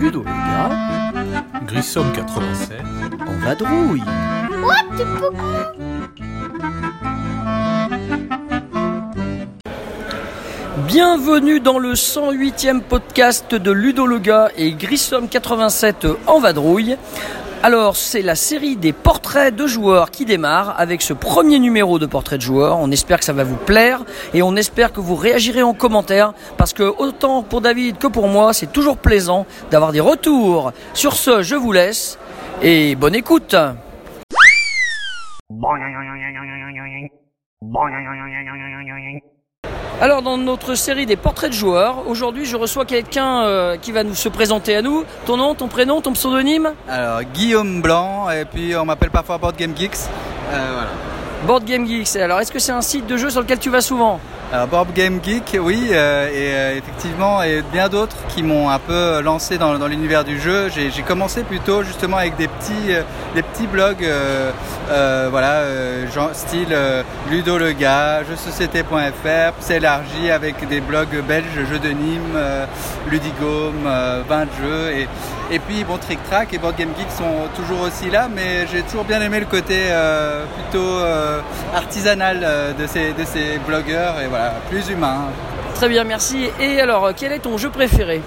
Ludo Vega Grissom 87. en vadrouille. Bienvenue dans le 108e podcast de Ludologa et Grissom 87 en vadrouille. Alors, c'est la série des portraits de joueurs qui démarre avec ce premier numéro de portrait de joueurs. On espère que ça va vous plaire et on espère que vous réagirez en commentaire parce que autant pour David que pour moi, c'est toujours plaisant d'avoir des retours. Sur ce, je vous laisse et bonne écoute. Alors dans notre série des portraits de joueurs, aujourd'hui je reçois quelqu'un euh, qui va nous se présenter à nous. Ton nom, ton prénom, ton pseudonyme Alors, Guillaume Blanc, et puis on m'appelle parfois Board Game Geeks. Euh, voilà. Board Game Geeks. Alors est-ce que c'est un site de jeu sur lequel tu vas souvent Alors, Board Game Geek, oui, euh, et euh, effectivement, et bien d'autres qui m'ont un peu lancé dans, dans l'univers du jeu. J'ai j'ai commencé plutôt justement avec des petits, euh, des petits blogs, euh, euh, voilà, euh, genre, style euh, Ludo le gars, jeuxsociété.fr, c'est élargi avec des blogs belges, Jeux de Nîmes, euh, Ludigome, euh, 20 jeux, et, Et puis bon, Trick Track et Board Game Geek sont toujours aussi là, mais j'ai toujours bien aimé le côté euh, plutôt euh, artisanal euh, de, ces, de ces blogueurs et voilà, plus humain. Très bien, merci. Et alors, quel est ton jeu préféré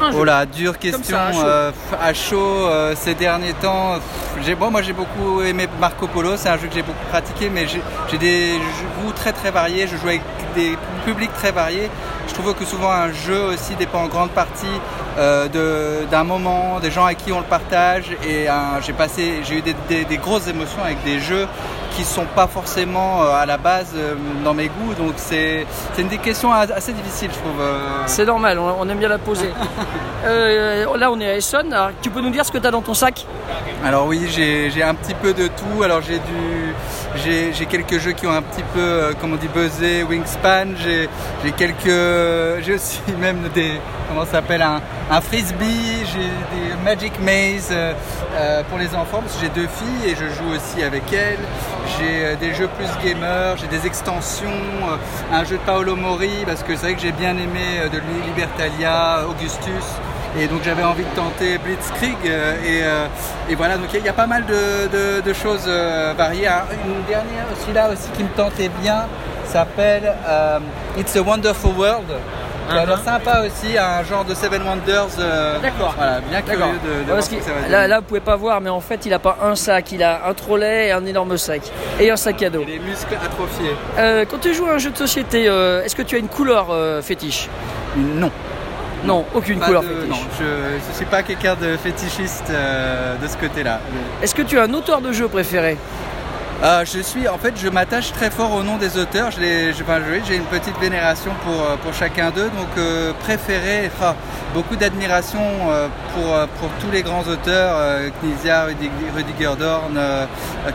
Un jeu. Oh là, dure question ça, à chaud. euh, pff, à chaud euh, ces derniers temps. pff, J'ai bon, moi j'ai beaucoup aimé Marco Polo, c'est un jeu que j'ai beaucoup pratiqué, mais j'ai j'ai des goûts très très variés. Je joue avec des publics très variés. Je trouve que souvent un jeu aussi dépend en grande partie euh, de- d'un moment, des gens à qui on le partage. Et un- j'ai passé, j'ai eu des, des- des grosses émotions avec des jeux qui sont pas forcément euh, à la base euh, dans mes goûts. Donc c'est c'est une des questions as- assez difficiles, je trouve. euh. C'est normal, on on aime bien la poser. Euh, là, on est à Essonne. Alors, tu peux nous dire ce que tu as dans ton sac Alors oui, j'ai j'ai un petit peu de tout. Alors j'ai du, j'ai j'ai quelques jeux qui ont un petit peu, euh, comment on dit, buzzé, wingspan. J'ai j'ai quelques, j'ai aussi même des, comment ça s'appelle, un, un frisbee. J'ai des Magic Maze euh, euh, pour les enfants parce que j'ai deux filles et je joue aussi avec elles. J'ai euh, des jeux plus gamer, j'ai des extensions, euh, un jeu de Paolo Mori parce que c'est vrai que j'ai bien aimé euh, de lui Libertalia, Augustus. Et donc j'avais envie de tenter Blitzkrieg. euh, et, euh, et voilà, donc il y a- il y, a pas mal de, de- de choses euh, variées. Ah, Une dernière, celui-là aussi qui me tentait bien, s'appelle euh, It's a Wonderful World. qui a l'air sympa aussi, un genre de Seven Wonders. euh, Uh-huh. D'accord. Voilà, bien curieux D'accord. de, de voir Parce ce que que ça va là, donner. là, vous pouvez pas voir, mais en fait, il a pas un sac, il a un trolley et un énorme sac. Et un sac à dos. Les muscles atrophiés. Euh, quand tu joues à un jeu de société, euh, est-ce que tu as une couleur euh, fétiche Non. Non, aucune pas couleur de- fétiche. non, je ne suis pas quelqu'un de fétichiste euh, de ce côté-là. Est-ce que tu as un auteur de jeu préféré Euh, je suis, en fait, je m'attache très fort au nom des auteurs. Je les, je- enfin, je- j'ai une petite vénération pour, euh, pour chacun d'eux. Donc, euh, préféré, enfin, beaucoup d'admiration euh, pour, euh, pour tous les grands auteurs euh, Knizia, Rudig- Rudiger Dorn, euh,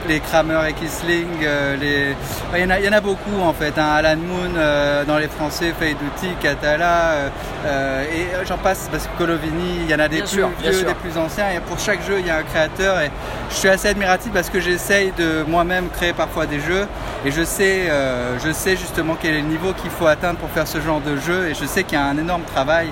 les Kramer et Kisling. euh, les... enfin, il, y en a, il y en a beaucoup, en fait. hein. Alan Moon euh, dans les Français, Feiduti, Catala, euh, euh, et j'en passe parce que Colovini, il y en a des Bien plus sûr, bien vieux, sûr. des plus anciens. Et pour chaque jeu, il y a un créateur. Et je suis assez admiratif parce que j'essaye de moi-même créer parfois des jeux. Et je sais, euh, je sais justement quel est le niveau qu'il faut atteindre pour faire ce genre de jeu. Et je sais qu'il y a un énorme travail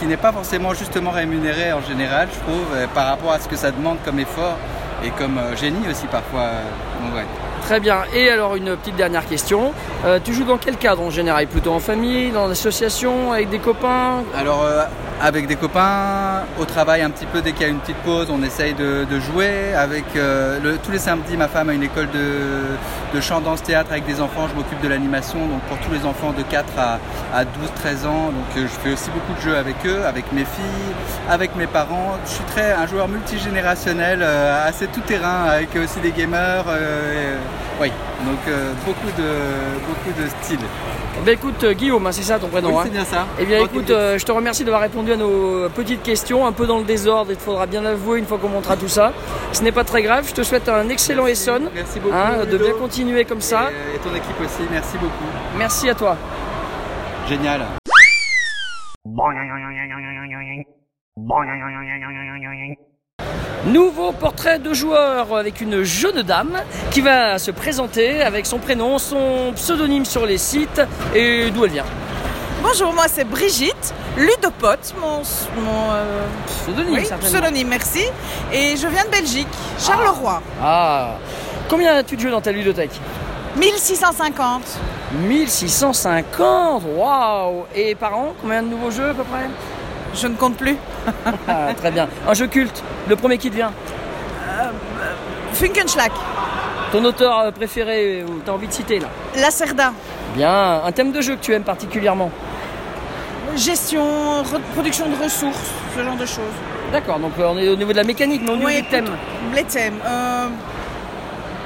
qui n'est pas forcément justement rémunéré en général, je trouve, euh, par rapport à ce que ça demande comme effort et comme euh, génie aussi parfois. euh, donc ouais. Très bien. Et alors une petite dernière question. Euh, tu joues dans quel cadre en général Plutôt en famille, dans l'association, avec des copains Alors, euh, avec des copains, au travail un petit peu, dès qu'il y a une petite pause, on essaye de, de jouer. Avec, euh, le- tous les samedis, ma femme a une école de, de chant, danse, théâtre avec des enfants. Je m'occupe de l'animation, donc pour tous les enfants de 4 à, à 12, 13 ans. Donc, euh, je fais aussi beaucoup de jeux avec eux, avec mes filles, avec mes parents. Je suis très un joueur multigénérationnel, euh, assez tout terrain, avec aussi des gamers. euh, et- oui, donc euh, beaucoup, de, beaucoup de styles. Eh Ben écoute euh, Guillaume, hein, c'est ça ton prénom. Oui, hein c'est bien ça. Eh bien Ok, écoute, euh, je te remercie d'avoir répondu à nos petites questions, un peu dans le désordre, il te faudra bien l'avouer une fois qu'on montera tout ça. Ce n'est pas très grave, je te souhaite un excellent Merci. Essonne, Merci beaucoup. hein, de Ludo. bien continuer comme ça. Et, euh, et ton équipe aussi, merci beaucoup. Merci à toi. Génial. Nouveau portrait de joueur avec une jeune dame qui va se présenter avec son prénom, son pseudonyme sur les sites et d'où elle vient. Bonjour, moi c'est Brigitte Ludopote, mon, mon euh, Pseudonyme, oui, certainement. pseudonyme, merci. Et je viens de Belgique, Charleroi, Ah Combien as-tu de jeux dans ta ludothèque 1650. 1650 Waouh Et par an, combien de nouveaux jeux à peu près Je ne compte plus. Ah, Très bien. Un jeu culte, le premier qui te vient. Funkenschlag, Ton auteur euh, préféré euh, ou t'as envie de citer là Lacerda, Bien. Un thème de jeu que tu aimes particulièrement gestion, production de ressources, ce genre de choses. D'accord, donc euh, on est au niveau de la mécanique, mais au niveau Oui, des thèmes. Les thèmes. euh,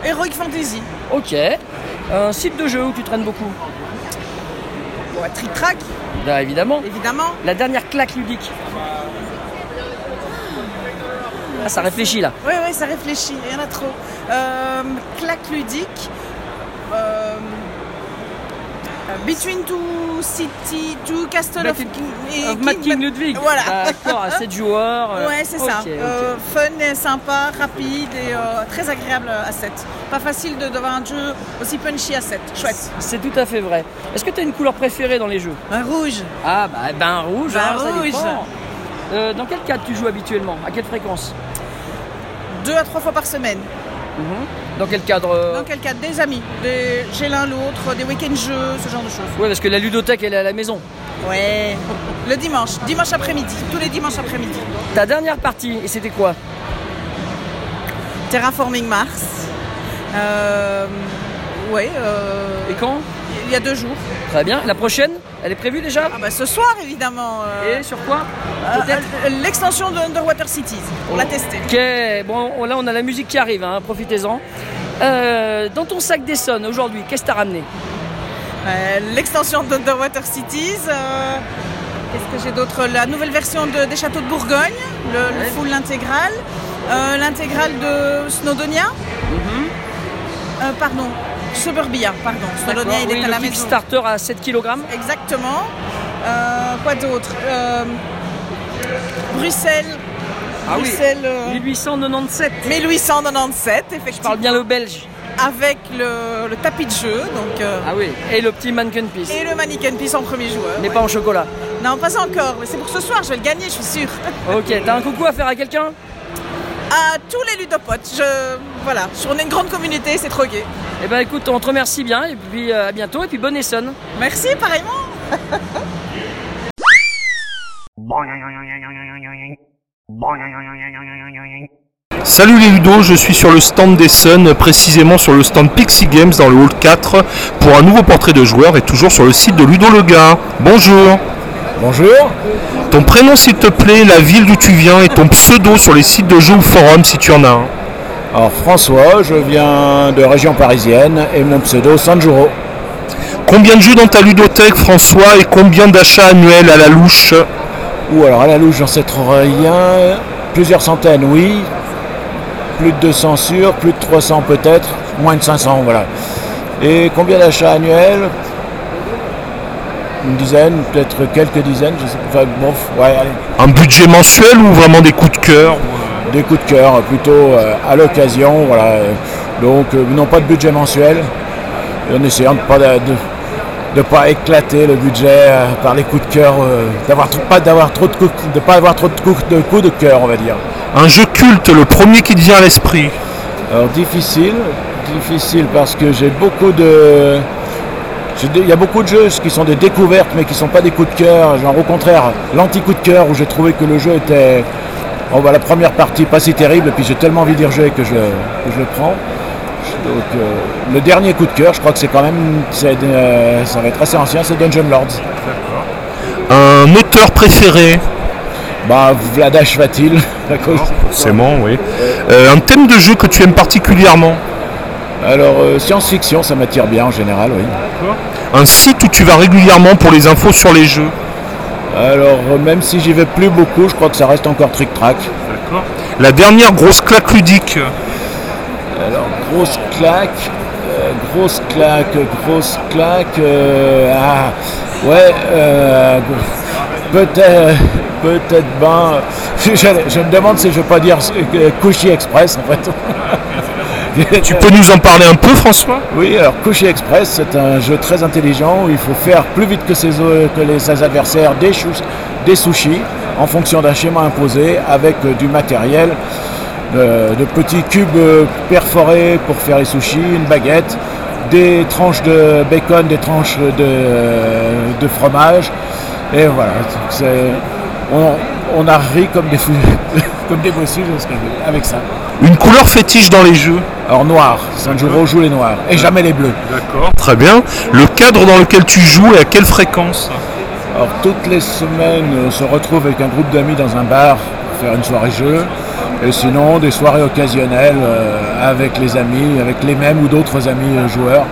Heroic Fantasy, Ok. Un site de jeu où tu traînes beaucoup bon, Trick Track, Bah évidemment. évidemment. La dernière claque ludique. Ah, ça réfléchit là. Oui, oui, ça réfléchit, il y en a trop. Euh, claque ludique. euh, Between Two City, Two Castle of, Between- et Euh, King- Matt King Ludwig. Voilà. D'accord, à 7 joueurs. euh, Ouais, c'est ok, ça. ok. Euh, fun et sympa, rapide et euh, très agréable à 7. Pas facile de d'avoir un jeu aussi punchy à 7. Chouette. C'est tout à fait vrai. Est-ce que tu as une couleur préférée dans les jeux Un rouge. Ah, bah, ben rouge. Ben alors, ça rouge. dépend. Euh, dans quel cadre tu joues habituellement À quelle fréquence Deux à trois fois par semaine. Dans quel cadre euh, Dans quel cas Des amis. Des... J'ai l'un l'autre, des week-ends jeux, ce genre de choses. Ouais, parce que la ludothèque, elle est à la maison. Ouais. Le dimanche. Dimanche après-midi. Tous les dimanches après-midi. Ta dernière partie, et c'était quoi Terraforming Mars. Euh, ouais, euh, Et quand il y a deux jours. Très bien. La prochaine, elle est prévue déjà Ah bah ce soir évidemment. euh, Et sur quoi euh, peut-être Oh. euh, L'extension de Underwater Cities pour la tester. Ok, bon, on- là on a la musique qui arrive, hein, profitez-en. Euh, dans ton sac d'Essonne aujourd'hui, qu'est-ce que t'as ramené Euh, L'extension d'Underwater Cities. euh, Qu'est-ce que j'ai d'autre La nouvelle version de- des châteaux de Bourgogne, le, le Ouais. full intégral. Euh, L'intégrale de Snowdonia. Mhm. Euh, pardon, Suburbia, pardon. Snowdonia il Oui, est à le la maison. Kickstarter à 7 kg. Exactement. Euh, quoi d'autre Euh, Bruxelles. Ah oui. Bruxelles. euh, 1897. 1897, effectivement. Je parle bien le belge. Avec le, le tapis de jeu, donc. euh, Ah oui. Et le petit mannequin piece. Et le mannequin piece en premier joueur. Mais pas en chocolat. Non, pas encore, mais c'est pour ce soir, je vais le gagner, je suis sûre. Ok, t'as un coucou à faire à quelqu'un À tous les ludopotes, je. Voilà, on est une grande communauté, c'est trop gai. Eh ben écoute, on te remercie bien, et puis euh, à bientôt, et puis bonne Essonne. Merci, pareillement. Salut les Ludo, je suis sur le stand des Suns, précisément sur le stand Pixie Games dans le hall 4 pour un nouveau portrait de joueur et toujours sur le site de Ludo Le Gars. Bonjour. Bonjour. Ton prénom s'il te plaît, la ville d'où tu viens et ton pseudo sur les sites de jeux ou forums si tu en as un. Alors François, je viens de région parisienne et mon pseudo Sanjuro. Combien de jeux dans ta ludothèque François et combien d'achats annuels à la louche Ou alors à la louche, j'en sais trop rien. Plusieurs centaines, oui. Plus de 200 sûrs, plus de 300 peut-être, moins de 500, voilà. Et combien d'achats annuels Une dizaine, peut-être quelques dizaines, je sais pas. Enfin, bon, ouais, allez. Un budget mensuel ou vraiment des coups de cœur des coups de cœur, plutôt euh, à l'occasion. Voilà. Euh, Donc, euh, non pas de budget mensuel, et en essayant de ne pas, de, de pas éclater le budget euh, par les coups de cœur, euh, d'avoir trop- pas d'avoir trop de coups, de pas avoir trop de coups de, coups de cœur, on va dire. Un jeu culte, le premier qui te vient à l'esprit. Alors difficile, difficile parce que j'ai beaucoup de. j'ai des- Il y a beaucoup de jeux qui sont des découvertes mais qui sont pas des coups de cœur. Genre au contraire, l'anti-coup de cœur où j'ai trouvé que le jeu était. Oh bah la première partie pas si terrible et puis j'ai tellement envie d'y rejouer que je, que je le prends. Donc euh, le dernier coup de cœur, je crois que c'est quand même. c'est, euh, ça va être assez ancien, c'est Dungeon Lords. Un auteur préféré Bah Vladash va-t-il la cause- Forcément, oui. Euh, un thème de jeu que tu aimes particulièrement Alors euh, science-fiction, ça m'attire bien en général, oui. un site où tu vas régulièrement pour les infos sur les jeux. Alors euh, même si j'y vais plus beaucoup, je crois que ça reste encore trick-track. La dernière grosse claque ludique. Alors, grosse claque, euh, grosse claque, grosse claque. euh, ah, ouais, euh, Peut-être, peut-être ben. Je, je- je me demande si je ne vais pas dire euh, Couchy Express en fait. Tu peux nous en parler un peu, François Oui, alors Couchy Express, c'est un jeu très intelligent où il faut faire plus vite que ses, euh, que les- ses adversaires des, chou- des sushis en fonction d'un schéma imposé avec euh, du matériel, euh, de petits cubes euh, perforés pour faire les sushis, une baguette, des tranches de bacon, des tranches de, de fromage. Et voilà, c'est- on, on a ri comme des, fous- comme des bossus avec ça. Une couleur fétiche dans les jeux Alors noir, c'est un jeu où on joue les noirs et jamais les bleus. D'accord. Très bien. Le cadre dans lequel tu joues et à quelle fréquence Alors toutes les semaines, on se retrouve avec un groupe d'amis dans un bar pour faire une soirée jeu. Et sinon, des soirées occasionnelles euh, avec les amis, avec les mêmes ou d'autres amis euh, joueurs.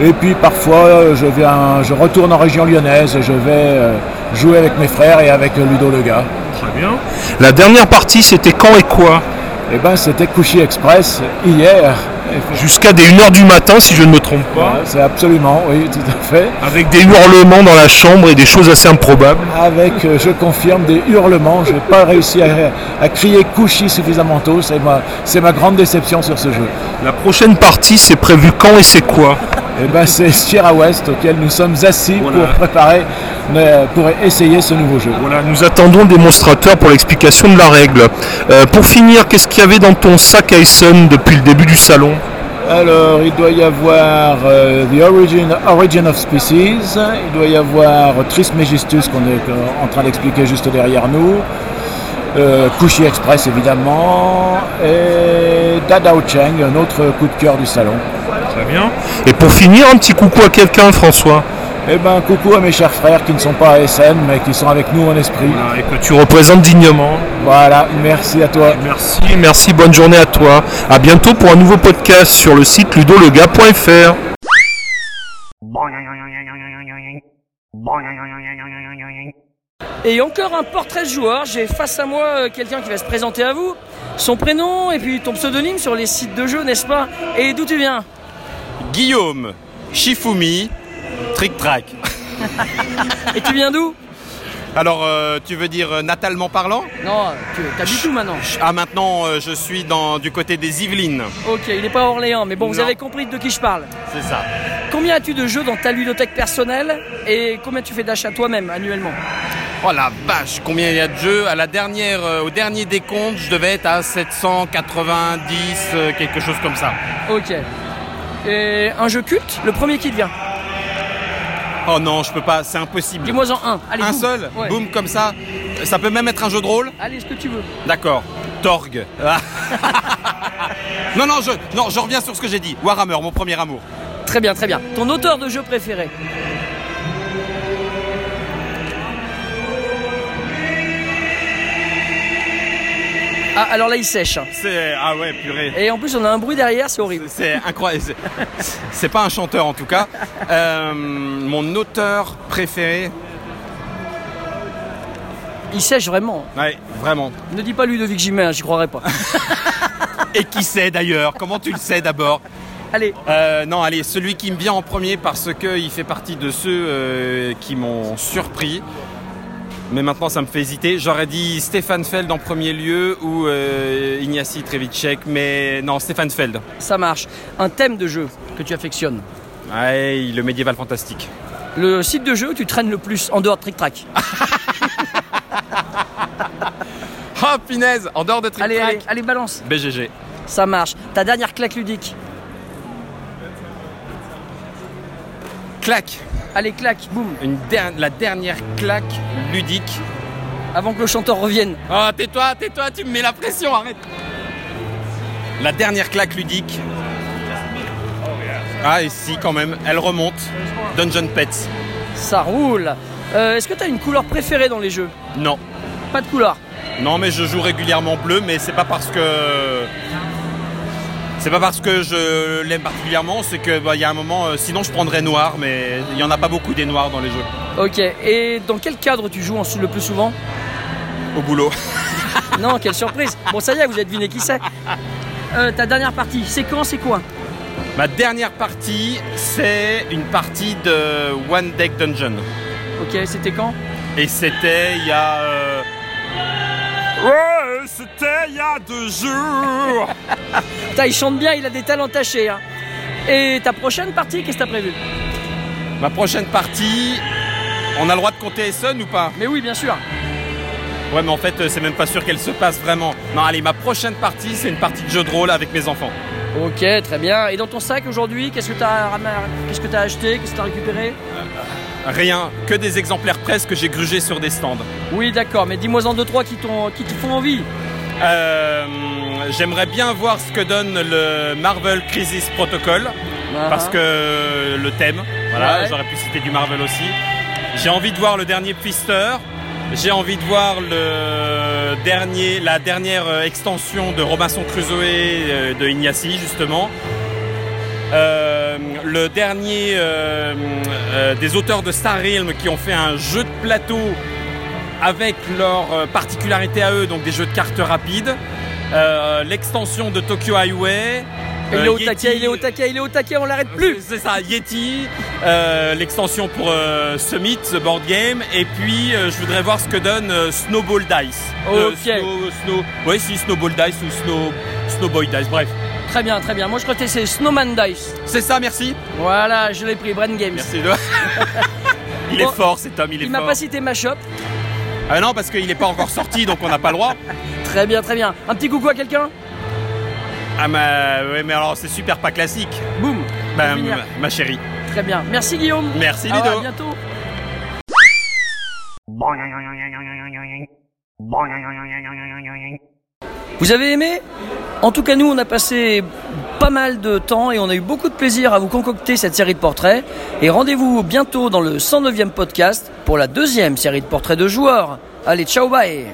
Et puis parfois, euh, je, viens, je retourne en région lyonnaise et je vais euh, jouer avec mes frères et avec euh, Ludo Lega. Très bien. La dernière partie, c'était quand et quoi Et ben c'était Couchy Express hier. Et- Jusqu'à des 1h du matin, si je ne me trompe pas. C'est absolument, oui, tout à fait. Avec des hurlements dans la chambre et des choses assez improbables. Avec, euh, je confirme, des hurlements. Je n'ai pas réussi à, à crier couchy suffisamment tôt. C'est ma, c'est ma grande déception sur ce jeu. La prochaine partie, c'est prévu quand et c'est quoi Et ben, c'est Sierra West auquel nous sommes assis pour préparer, euh, pour essayer ce nouveau jeu. Voilà, nous attendons le démonstrateur pour l'explication de la règle. Euh, pour finir, qu'est-ce qu'il y avait dans ton sac Dyson depuis le début du salon Alors, il doit y avoir euh, The Origin, Origin of Species. Il doit y avoir Trismegistus qu'on est euh, en train d'expliquer juste derrière nous. Euh, Couchy Express, évidemment. Et Dadao Cheng, un autre coup de cœur du salon. Très bien. Et pour finir, un petit coucou à quelqu'un, François, Eh ben, coucou à mes chers frères qui ne sont pas à SN, mais qui sont avec nous en esprit. et que tu représentes dignement. Voilà, merci à toi. Merci, merci, bonne journée à toi. À bientôt pour un nouveau podcast sur le site ludolega.fr. Et encore un portrait de joueur. J'ai face à moi euh, quelqu'un qui va se présenter à vous. Son prénom et puis ton pseudonyme sur les sites de jeux, n'est-ce pas Et d'où tu viens Guillaume, Shifumi, Trick Track. Et tu viens d'où Alors, euh, tu veux dire euh, natalement parlant Non, tu t'habites où maintenant Ah, maintenant, euh, je suis dans, du côté des Yvelines. Ok, il n'est pas à Orléans, mais bon, vous Non. avez compris de qui je parle. C'est ça. Combien as-tu de jeux dans ta ludothèque personnelle et combien tu fais d'achats toi-même annuellement Oh la vache, combien il y a de jeux À la dernière, euh, Au dernier décompte, je devais être à 790, euh, quelque chose comme ça. Ok. Et un jeu culte, le premier qui te vient. Oh non, je peux pas, c'est impossible. Dis-moi en un. Allez, Un boum. seul Ouais. Boum, comme ça Ça peut même être un jeu de rôle Allez, ce que tu veux. D'accord. Torg. Ah. non, non je, non, je reviens sur ce que j'ai dit. Warhammer, mon premier amour. Très bien, très bien. Ton auteur de jeu préféré Ah, alors là, il sèche. C'est... Ah ouais, purée. Et en plus, on a un bruit derrière, c'est horrible. C'est incroyable. C'est- C'est pas un chanteur en tout cas. Euh, mon auteur préféré. Il sèche vraiment. Ouais, vraiment. Ne dis pas Ludovic Gimer, j'y croirais pas. Et qui sait d'ailleurs Comment tu le sais d'abord Allez, Euh, Non, allez, celui qui me vient en premier parce qu'il fait partie de ceux euh, qui m'ont surpris. Mais maintenant, ça me fait hésiter. J'aurais dit Stéphane Feld en premier lieu ou euh, Ignacy Trevicek, mais non, Stéphane Feld. ça marche. Un thème de jeu que tu affectionnes. Ouais, le médiéval fantastique. Le site de jeu où tu traînes le plus en dehors de Trick Track. Ah, punaise En dehors de Trick Allez, allez, Track. allez, balance. BGG. Ça marche. Ta dernière claque ludique. Clac Allez, claque, boum. Une der- la dernière claque ludique. Avant que le chanteur revienne. Ah, tais-toi, tais-toi, tu me mets la pression, arrête. La dernière claque ludique. Ah, et si, quand même, elle remonte. Dungeon Pets. Ça roule. Euh, Est-ce que tu as une couleur préférée dans les jeux Non. Pas de couleur. Non, mais je joue régulièrement bleu, mais c'est pas parce que. C'est pas parce que je l'aime particulièrement, c'est que bah, il y a un moment, euh, sinon je prendrais noir, mais il y en a pas beaucoup des noirs dans les jeux. Ok. Et dans quel cadre tu joues en- le plus souvent Au boulot. Non, quelle surprise. Bon, ça y est, vous avez deviné qui c'est. Euh, ta dernière partie, c'est quand, c'est quoi Ma dernière partie, c'est une partie de One Deck Dungeon. Ok, c'était quand Et c'était il y a. euh, Ouais, c'était il y a deux jours Putain, il chante bien, il a des talents tachés. hein. Et ta prochaine partie, qu'est-ce que t'as prévu Ma prochaine partie. On a le droit de compter Essen ou pas Mais oui, bien sûr. Ouais, mais en fait, euh, c'est même pas sûr qu'elle se passe vraiment. Non, allez, ma prochaine partie, c'est une partie de jeu de rôle avec mes enfants. Ok, très bien. Et dans ton sac aujourd'hui, qu'est-ce que t'as ramar- qu'est-ce que t'as acheté, qu'est-ce que t'as récupéré Rien, que des exemplaires presse que j'ai grugés sur des stands. Oui, d'accord, mais dis-moi en deux trois qui t'ont, qui te font envie. Euh, J'aimerais bien voir ce que donne le Marvel Crisis Protocol, Ah. parce que le thème, voilà, Uh-huh. Ouais. j'aurais pu citer du Marvel aussi. J'ai envie de voir le dernier Pister, j'ai envie de voir le dernier, la dernière euh, extension de Robinson Crusoe euh, de Ignacy, justement. Euh, le dernier euh, euh, des auteurs de Star Realm qui ont fait un jeu de plateau avec leurs euh, particularités à eux, donc des jeux de cartes rapides, Euh, l'extension de Tokyo Highway. Il euh, est au Yeti- taquet, il est au taquet, il est au taquet, on l'arrête plus. plus, c'est ça, Yeti, euh, l'extension pour euh, Summit, The Board Game, et puis euh, je voudrais voir ce que donne euh, Snowball Dice. Euh, Ok. Snow- Snow- ouais, si, Snowball Dice ou Snow, Snowboy Dice, bref. Très bien, très bien. Moi, je crois que c'est Snowman Dice. C'est ça, merci. Voilà, je l'ai pris, Brand Games. Merci. de- il est Bon, fort, cet homme, il est Oh. Il m'a fort. pas cité ma shop. Ah non, parce qu'il n'est pas encore sorti, donc on n'a pas le droit. Très bien, très bien. Un petit coucou à quelqu'un Ah, mais, ouais, mais alors, c'est super pas classique. Boum. Ben, finir. ma- ma chérie. Très bien. Merci Guillaume. Merci, Ah, Ludo. à bientôt. Vous avez aimé En tout cas, nous, on a passé pas mal de temps et on a eu beaucoup de plaisir à vous concocter cette série de portraits. Et rendez-vous bientôt dans le 109e podcast pour la deuxième série de portraits de joueurs. Allez, ciao, bye